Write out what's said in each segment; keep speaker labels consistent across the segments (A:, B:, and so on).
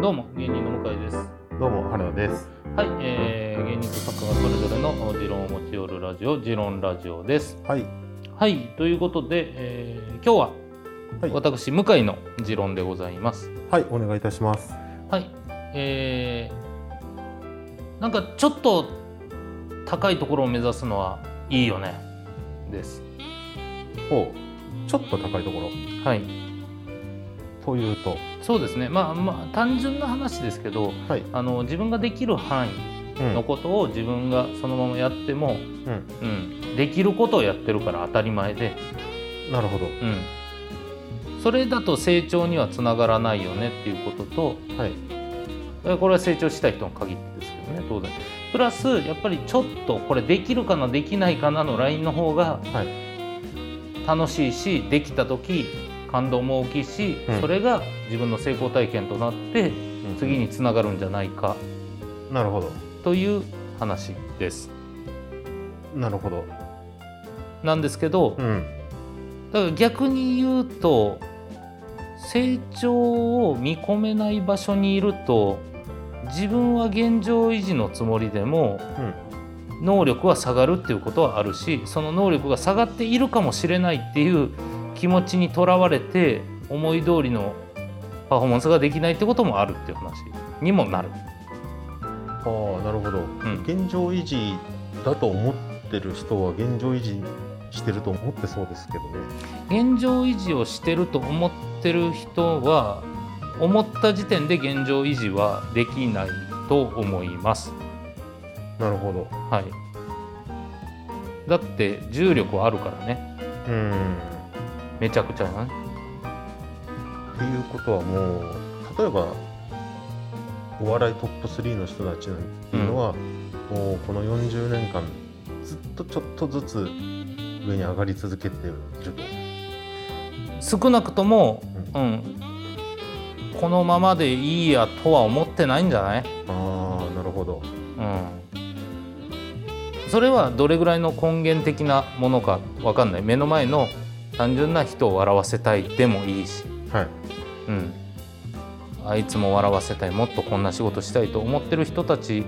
A: どうも芸人の向井です。
B: どうも原田です。
A: はい、えー、芸人と作家がそれぞれの持論を持ち寄るラジオ持論ラジオです。
B: はい。
A: はいということで、えー今日は
B: はい
A: 私向井の持論でございます。
B: はい、お願いいたします。
A: はい、えー、なんかちょっと高いところを目指すのはいいよねです。
B: ほう。ちょっと高いところ。
A: はい、
B: というと。
A: そうですね。まあまあ単純な話ですけど、
B: はい。
A: あの自分ができる範囲
B: うん
A: のことを自分がそのままやっても。
B: うん。
A: うん、できることをやってるから当たり前で、
B: なるほど。
A: うん、それだと成長にはつながらないよねっていうことと
B: はい。
A: えこれは成長したい人に限ってですけどね当然プラスやっぱりちょっとこれできるかなできないかなのラインの方が
B: はい
A: 楽しいしできた時感動も大きいし、
B: うん
A: それが自分の成功体験となって次。につながるんじゃないか
B: なるほど。
A: という話です。
B: なるほど。
A: なんですけど、
B: うん。
A: だから逆に言うと成長を見込めない場所にいると自分は現状維持のつもりでも
B: うん。
A: 能力は下がるっていうことはあるしその能力が下がっているかもしれないっていう気持ちにとらわれて思い通りのパフォーマンスができないってこともあるっていう話にもなる。
B: ああ、なるほ
A: う
B: ど。
A: ん
B: 現状維持だと思ってる人は現状維持してると思ってそうですけどね。
A: 現状維持をしてると思ってる人は思った時点で現状維持はできないと思います。
B: なるほど。
A: はい、だって重力はあるからね
B: うん。
A: めちゃくちゃなね
B: っていうことはもう例えばお笑いトップ3の人たちなんていうのは、もうこの40年間ずっとちょっとずつ上に上がり続けてると。
A: 少なくとも、
B: う
A: うん、このままでいいやとは思ってないんじゃない、
B: ああなるほど。
A: うん、それはどれぐらいの根源的なものかわかんない目の前の単純な人を笑わせたいでもいいし、
B: はい。
A: うん、あいつも笑わせたいもっとこんな仕事したいと思ってる人たち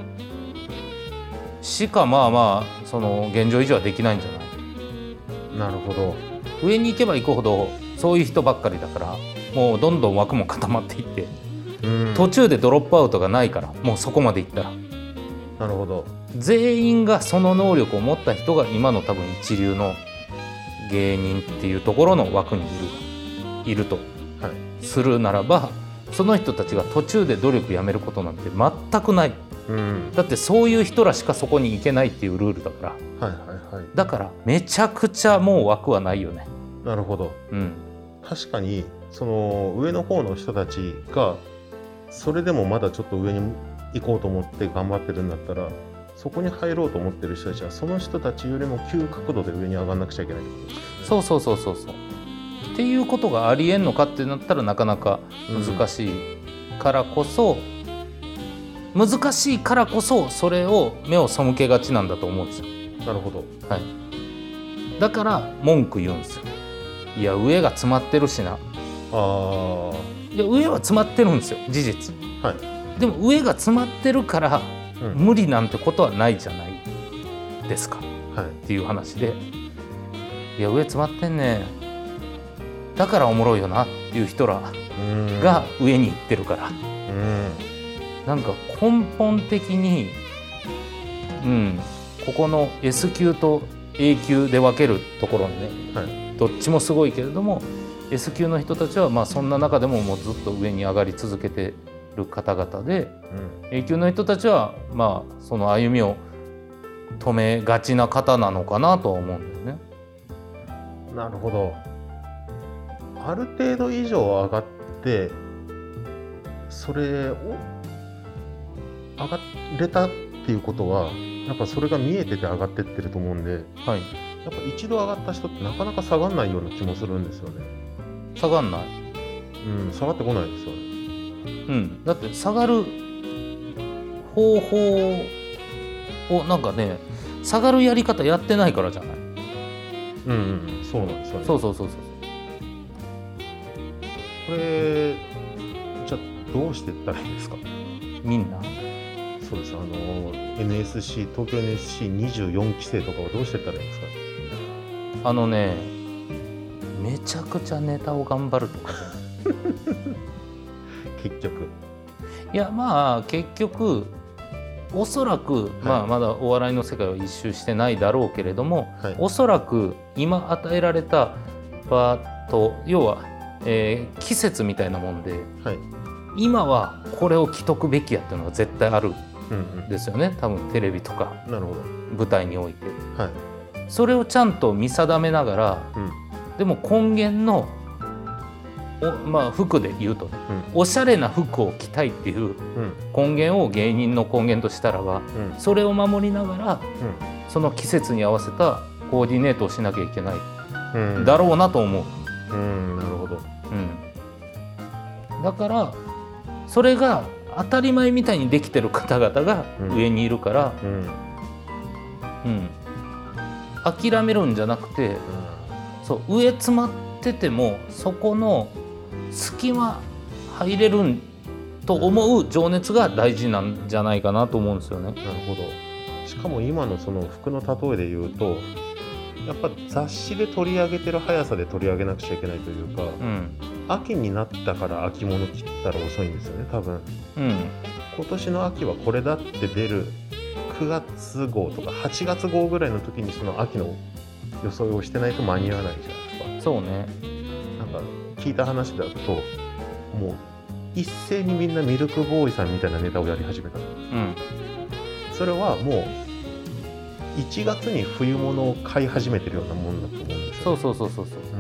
A: しかまあまあその現状維持はできないんじゃない
B: なるほど。
A: 上に行けば行くほどそういう人ばっかりだからもうどんどん枠も固まっていって
B: うん
A: 途中でドロップアウトがないからもうそこまで行ったら
B: なるほど。
A: 全員がその能力を持った人が今の多分一流の芸人っていうところの枠にいるいると
B: はい。
A: するならばその人たちが途中で努力やめることなんて全くない
B: うん。
A: だってそういう人らしかそこに行けないっていうルールだから
B: はいはいはい。
A: だからめちゃくちゃもう枠はないよね
B: なるほど。
A: うん
B: 確かにその上の方の人たちがそれでもまだちょっと上に行こうと思って頑張ってるんだったらそこに入ろうと思ってる人たちはその人たちよりも急角度で上に上がんなくちゃいけないってことですよね
A: そうそうそうそうそう。っていうことがありえんのかってなったらなかなか難しいからこそ、難しいからこそそれを目を背けがちなんだと思うんですよ。
B: なるほど
A: はい、だから文句言うんですよ。いや上が詰まってるしな。
B: あ
A: いや上は詰まってるんですよ事実。
B: あはい、
A: でも上が詰まってるから
B: うん
A: 無理なんてことはないじゃないですか。
B: はい、
A: っていう話で「いや上詰まってんねだからおもろいよな」っていう人ら
B: うん
A: が上に行ってるから
B: うん
A: なんか根本的にうんここの S 級と A 級で分けるところにね
B: はい
A: どっちもすごいけれども S 級の人たちはまあそんな中でももうずっと上に上がり続けてる方々で
B: うん、
A: A 級の人たちはまあその歩みを止めがちな方なのかなとは思うんだよね。
B: なるほどある程度以上上がってそれを上がれたっていうことはやっぱそれが見えてて上がってってると思うんで
A: はい、
B: やっぱ一度上がった人ってなかなか下がんないような気もするんですよね。
A: 下がんない、
B: うん、下がってこないですよね。
A: うん、だって下がる方法をなんかね下がるやり方やってないからじゃない
B: うん、うん、そうなんですよね。
A: そう
B: こ
A: そうそうそう
B: れ、じゃあどうしていったらいいんですか
A: みんな
B: そうですあの NSC 東京 NSC24 期生とかはどうしていったらいいんですか
A: あのねめちゃくちゃネタを頑張るとかじゃない
B: 結局
A: いやまあ結局おそらく、まあ、まだお笑いの世界は一周してないだろうけれども
B: はい
A: おそらく今与えられた場と要は、えー季節みたいなもんで
B: はい
A: 今はこれを着とくべきやっていうのが絶対ある
B: うん
A: んですよね多分テレビとか
B: うんなるほど
A: 舞台において
B: はい
A: それをちゃんと見定めながら
B: うん
A: でも根源のお、まあ、服で言うとね
B: う
A: おしゃれな服を着たいっていうん
B: うん
A: 根源を芸人の根源としたらば
B: うん
A: それを守りながらその季節に合わせたコーディネートをしなきゃいけない
B: うんうん
A: だろうなと思う、
B: うんなるほど
A: うん、だからそれが当たり前みたいにできてる方々が
B: うん
A: 上にいるから、
B: うんうん
A: うん諦めるんじゃなくてそう上詰まっててもそこの隙間入れるんと思う情熱が大事なんじゃないかなと思うんですよね。
B: なるほどしかも今のその服の例えで言うとやっぱ雑誌で取り上げてる速さで取り上げなくちゃいけないというか
A: うん
B: 秋になったから秋物切ったら遅いんですよね多分
A: うん
B: 今年の秋はこれだって出る9月号とか8月号ぐらいの時にその秋の装いをしてないと間に合わないじゃないで
A: そうね
B: すかなんか聞いた話だともう一斉にみんなミルクボーイさんみたいなネタをやり始めた
A: うん
B: それはもう1月に冬物を買い始めてるようなもんだと思うんです
A: そ
B: よ、
A: うそうそうそうそう
B: う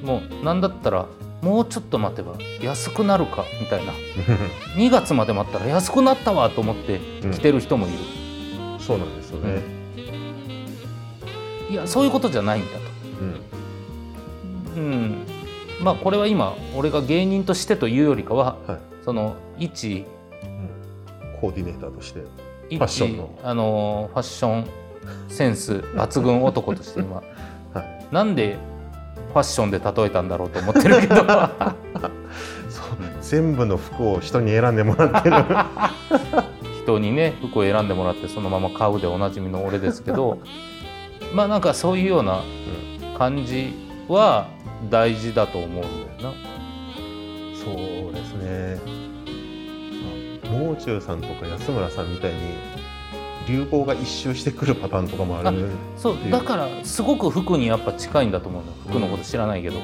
B: ん、
A: もうなんだったらもうちょっと待てば安くなるかみたいな2月まで待ったら安くなったわと思って来てる人もいる、
B: そうなんですよね、
A: いやそういうことじゃないんだとう
B: うん
A: んまあこれは今俺が芸人としてというよりかは
B: はい
A: その一
B: コーディネーターとして
A: 一
B: ァッションの
A: あのーファッションセンス抜群男として 今
B: はい
A: なんでファッションで例えたんだろうと思ってるけ ど
B: そう全部の服を人に選んでもらって る
A: 人にね服を選んでもらってそのまま買うでおなじみの俺ですけどまあなんかそういうような感じは大事だと思うんだよな。
B: そうですね。まあもう中さんとか安村さんみたいに流行が一周してくるパターンとかもあるん
A: そう
B: っていう
A: だからすごく服にやっぱ近いんだと思うの服のこと知らないけど、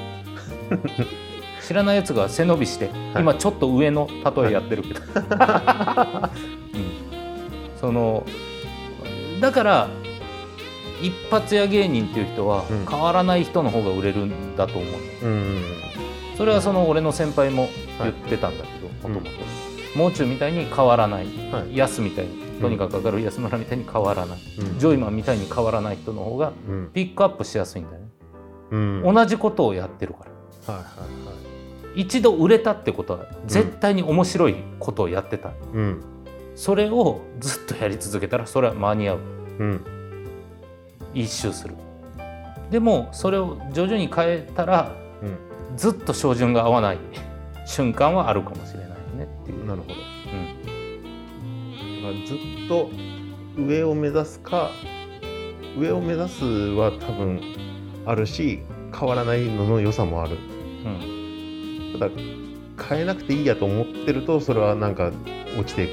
A: 知らないやつが背伸びして、
B: はい
A: 今ちょっと上の例えやってるけど、 うんそのだから一発屋芸人っていう人は
B: うん
A: 変わらない人の方が売れるんだと思う、
B: うん
A: それはその俺の先輩も言ってたんだけど
B: は
A: も
B: い
A: ともともう中みたいに変わらない
B: はい
A: 安みたいにとにかく明るい安村みたいに変わらない、
B: うん
A: ジョイマンみたいに変わらない人の方が
B: うん
A: ピックアップしやすいんだよね、
B: うんはい
A: 同じことをやってるから
B: はいは
A: 一度売れたってことは絶対に面白いことをやってた、
B: いうん
A: それをずっとやり続けたらそれは間に合う
B: うん
A: 一周するでもそれを徐々に変えたら
B: う
A: ずっと照準が合わない瞬間はあるかもしれないねっていう、
B: ん
A: うん
B: なるほど。だからずっと上を目指すか上を目指すは多分あるし変わらないのの良さもある。
A: うん
B: ただ変えなくていいやと思ってるとそれはなんか落ちていく。
A: う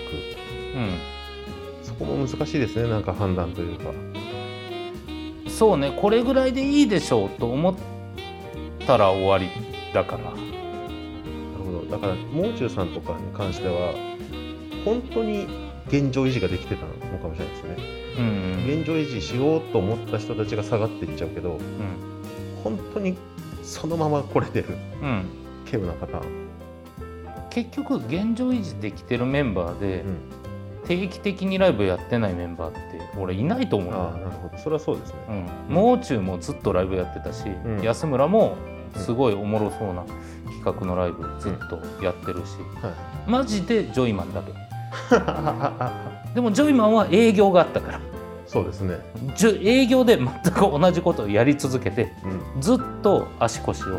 B: そこも難しいですねなんか判断というか。
A: ん、そうねこれぐらいでいいでしょうと思ったら終わりだから
B: なるほどだからもう中さんとかに関しては本当に現状維持ができてたのかもしれないですね
A: うん
B: 現状維持しようと思った人たちが下がっていっちゃうけど
A: うん
B: 本当にそのまま来れてる
A: うん
B: 稀有なパターン、
A: 結局現状維持できてるメンバーで
B: うん
A: 定期的にライブやってないメンバーって俺いないと思う
B: ああ
A: な
B: なるほどそれはそうですね、
A: うん、もう中もずっとライブやってたし、
B: ん
A: 安村もすごいおもろそうな企画のライブずっとやってるし、
B: は
A: マジでジョイマンだけ
B: い、
A: でもジョイマンは営業があったから
B: そうですね、
A: じゅ営業で全く同じことをやり続けて
B: うん、
A: ずっと足腰を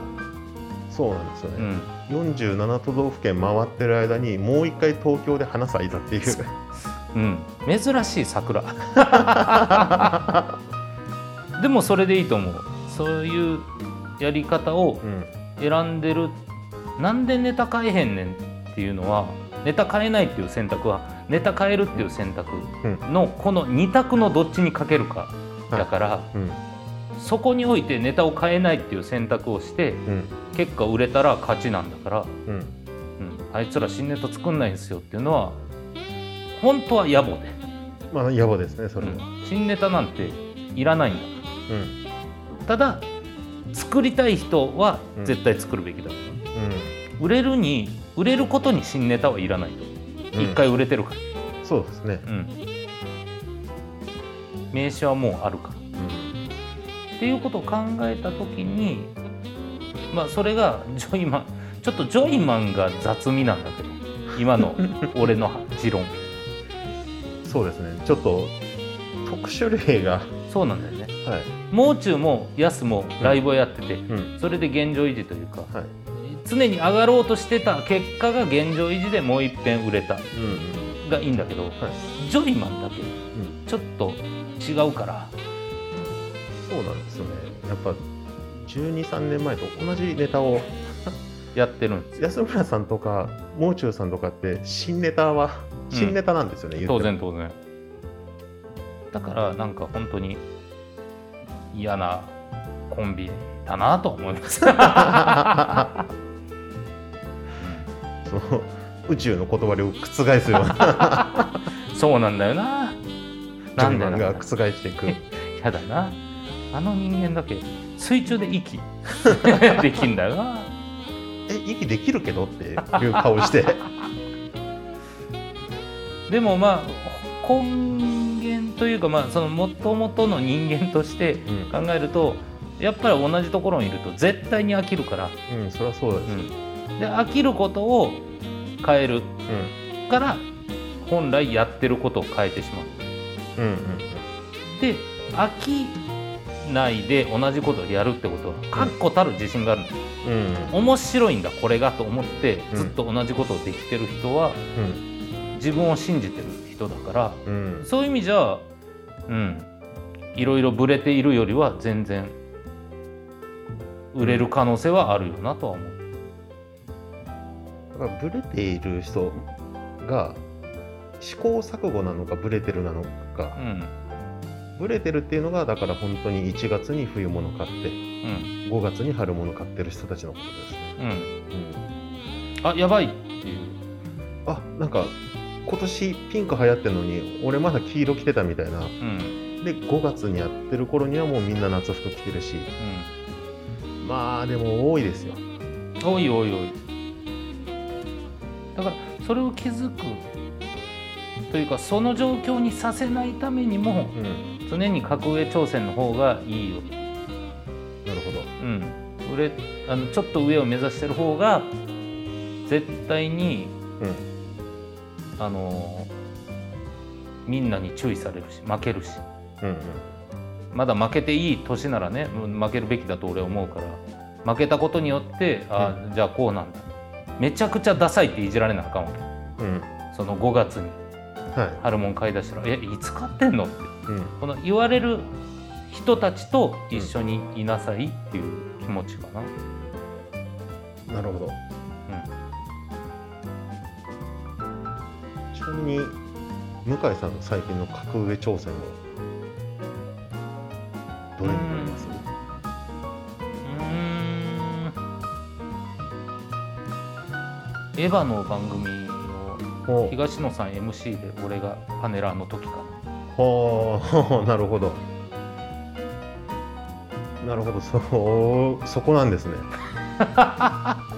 B: そうなんですよ
A: う
B: ね、
A: ん、
B: 47都道府県回ってる間にもう一回東京で花咲いたっていう
A: うん、珍しい桜 でもそれでいいと思うそういうやり方を
B: うん
A: 選んでるなんでネタ変えへんねんっていうのはネタ変えないっていう選択はネタ変えるっていう選択のこの2択のどっちにかけるかだから
B: うん
A: そこにおいてネタを変えないっていう選択をして
B: うん
A: 結果売れたら勝ちなんだから、
B: うん
A: うん、あいつら新ネタ作んないんですよっていうのは本当は野暮で。
B: まあ野暮ですねそれ
A: う
B: は
A: ん新ネタなんていらないんだ
B: うん
A: ただ作りたい人は
B: うん
A: 絶対作るべきだ、売れるに売れることに新ネタはいらないと
B: うん
A: 一、回売れてるか
B: うんそうですね
A: ら、うん名刺はもうあるからっていうことを考えた時にまあそれがジョイマンちょっとジョイマンが雑味なんだけど今の俺の持 論
B: そうですねちょっと特殊例が
A: そうなんだよね
B: はい
A: もう中もやすもライブをやってて、
B: うん
A: それで現状維持というか
B: はい
A: 常に上がろうとしてた結果が現状維持でもう一遍売れた
B: うんうん
A: がいいんだけど、
B: はい
A: ジョイマンだけ
B: ん
A: ちょっと違うから
B: そうなんですよねやっぱ123年前と同じネタを
A: やってるんですよ
B: 安村さんとかもう中さんとかって新ネタは
A: うん
B: 新ネタなんですよね、言
A: 当
B: っても
A: 然当然だからなんか本当に嫌なコンビだなと思い ます
B: その宇宙の言葉でを覆すような
A: そうなんだよな
B: ジ
A: な
B: ョイ
A: ん
B: マン
A: で
B: が
A: だ
B: 覆していく
A: やだなあの人間だけ水中で 息できんだよな
B: え息できるけどっていう顔して
A: でもまあ根源というかまあその元々の人間として
B: うん、
A: 考えるとやっぱり同じところにいると絶対に飽きるから、
B: うん、そりゃそうだし、
A: で飽きることを変える
B: う、
A: から本来やってることを変えてしまうん
B: うんうん
A: で飽きないで同じことをやるってことは確固たる自信があるの、
B: うんうん
A: 面白いんだこれがと思って
B: うん
A: ずっと同じことをできてる人は自分を信じてる人だから、
B: うんうん
A: そういう意味じゃうんいろいろブレているよりは全然売れる可能性はあるよなとは思う、
B: だからブレている人が試行錯誤なのかブレてるなの
A: う
B: か
A: ん
B: ブレてるっていうのがだから本当に1月に冬物買って
A: うん
B: 5月に春物買ってる人たちのことですね、
A: うん、
B: うん、
A: あやばいっていう
B: あなんか今年ピンク流行ってるのに俺まだ黄色着てたみたいな
A: うんうん
B: で5月にやってる頃にはもうみんな夏服着てるしまあでも多いですよ
A: おいおいおいだからそれを気づくというかその状況にさせないためにも
B: うん
A: 常に格上挑戦の方がいいよ
B: なるほど
A: うん、俺あのちょっと上を目指してる方が絶対に、あのみんなに注意されるし負けるし
B: うん
A: まだ負けていい年ならねうん負けるべきだと俺は思うから負けたことによってあ、じゃあこうなんだめちゃくちゃダサいっていじられなあかんわけ
B: うんうん
A: その5月に
B: は
A: 春もん買い出したら「えいつ買ってんの?」って
B: いうん
A: この言われる人たちと一緒にいなさいっていう気持ちかな。
B: なるほど、ちなみに向井さんの最近の格上挑戦はどれになります
A: うーんエヴァの番組を
B: ほう
A: 東野さん MC で俺がパネラーの時かな
B: ほうなるほどなるほどそうそこなんですね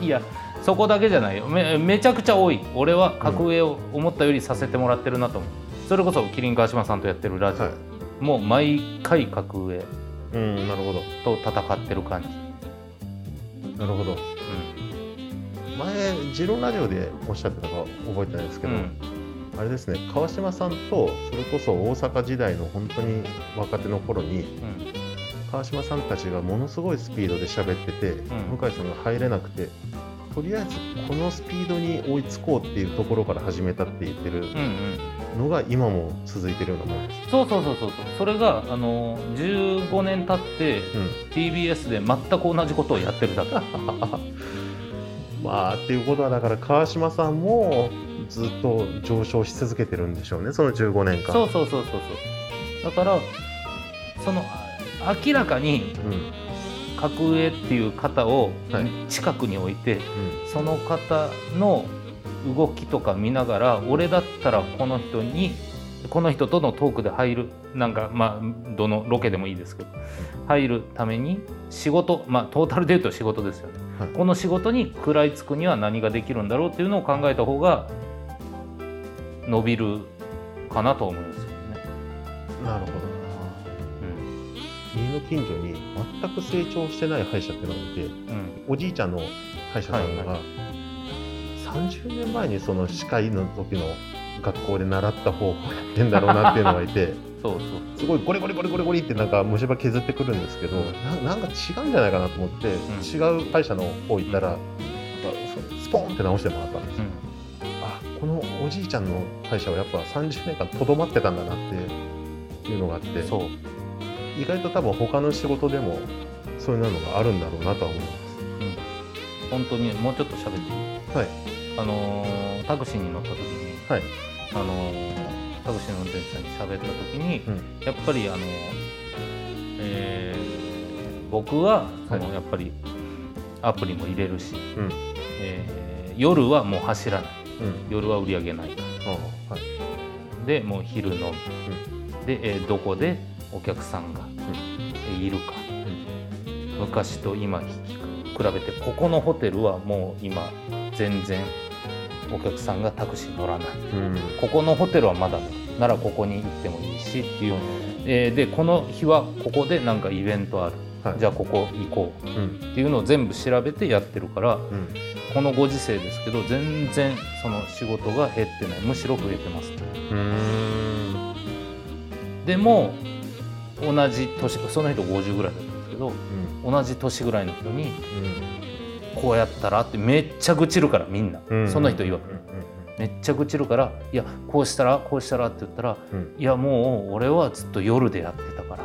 A: いやそこだけじゃないよめめちゃくちゃ多い俺は格上を思ったよりさせてもらってるなと思う、それこそ麒麟川島さんとやってるラジオ、
B: はい
A: もう毎回格上
B: うんなるほど
A: と戦ってる感じ、
B: なるほど前ジロラジオでおっしゃってたか覚えてないですけ
A: う
B: ど、
A: んうん
B: あれですね川島さんとそれこそ大阪時代の本当に若手の頃に川島さんたちがものすごいスピードで喋ってて、
A: ん
B: 向井さんが入れなくてとりあえずこのスピードに追いつこうっていうところから始めたって言ってる
A: うんうん
B: のが今も続いてるようなもんです。
A: そうそうそうそうそうそれがあの15年経って
B: うん
A: TBS で全く同じことをやってるだけ
B: まあっていうことはだから川島さんもずっと上昇し続けてるんでしょうねその15年間
A: そうそうそうそうそうだからそのあ明らかに
B: うんうん
A: 格上っていう方を
B: はい
A: 近くに置いて、その方の動きとか見ながら俺だったらこの人にこの人とのトークで入るなんかまあどのロケでもいいですけど入るために仕事まあトータルで言うと仕事ですよね、
B: はい
A: この仕事に食らいつくには何ができるんだろうっていうのを考えた方が伸びるかなと思いますよね。
B: なるほどな家の近所に全く成長してない歯医者ってのがいて
A: うんうん
B: おじいちゃんの歯医者さんが、
A: は
B: 30年前にその歯科医の時の学校で習った方法やってんだろうなっていうのがい て
A: そうそう
B: すごいゴリゴリゴリゴリゴリってなんか虫歯削ってくるんですけどななんか違うんじゃないかなと思って、違う歯医者の方行った
A: う
B: ら、
A: ん
B: そスポンって直してもらったんです
A: うん
B: あこのおじいちゃんの歯医者はやっぱ30年間とどまってたんだなっていうのがあって
A: そう
B: 意外と多分他の仕事でもそういうのがあるんだろうなとは思います
A: 本当にもうちょっと喋っていい
B: はい
A: あのータクシーに乗った時に、
B: はい
A: あのータクシーの運転手さんに喋った時に、
B: うん
A: やっぱりあのーえー僕はその、
B: はい
A: やっぱりアプリも入れるし、
B: うん
A: えー夜はもう走らない
B: うん
A: 夜は売り上げないから
B: あはい
A: でもう昼のみ、で、えーどこでお客さんが、えーいるか、昔と今比べてここのホテルはもう今全然お客さんがタクシー乗らない
B: うん
A: ここのホテルはまだならここに行ってもいいしっていう、えーでこの日はここでなんかイベントある、
B: はい
A: じゃあここ行こう
B: うん
A: っていうのを全部調べてやってるから
B: うん
A: このご時世ですけど全然その仕事が減ってないむしろ増えてます
B: うーん
A: でも同じ年その人50ぐらいだったんですけど
B: うん
A: 同じ年ぐらいの人にこうやったらってめっちゃ愚痴るからみんな、
B: うんうん
A: その人言わ
B: うん
A: めっちゃ愚痴るからいやこうしたらこうしたらって言ったら
B: うん
A: いやもう俺はずっと夜でやってたから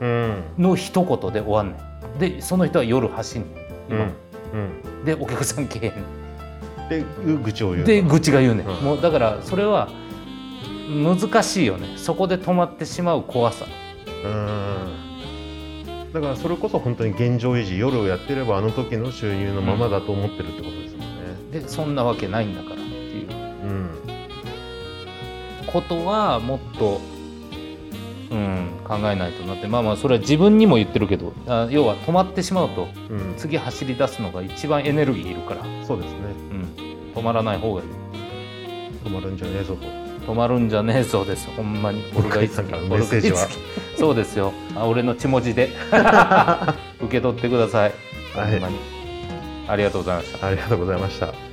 B: うん
A: の一言で終わんねんでその人は夜走んねん
B: うん
A: 今、
B: うん
A: でお客さん来えへん
B: っていう愚痴を言う
A: で愚痴が言うねん、
B: うん
A: もうだからそれは難しいよねそこで止まってしまう怖さ
B: うんだからそれこそ本当に現状維持夜をやってればあの時の収入のままだと思ってるってことですもんね
A: でそんなわけないんだからっていう
B: うん
A: ことはもっと、うん、考えないとなってまあまあそれは自分にも言ってるけどあ要は止まってしまうと
B: うん
A: 次走り出すのが一番エネルギーいるから、う
B: そうですね
A: ん、止まらない方がいい
B: 止まるんじゃねえぞと
A: 止まるんじゃねえぞですほんまに
B: オルカイさんからのメッセージは
A: オルカイさん そうですよあ俺の血文字で 受け取ってください、
B: はい
A: ほんまにありがとうございました
B: ありがとうございました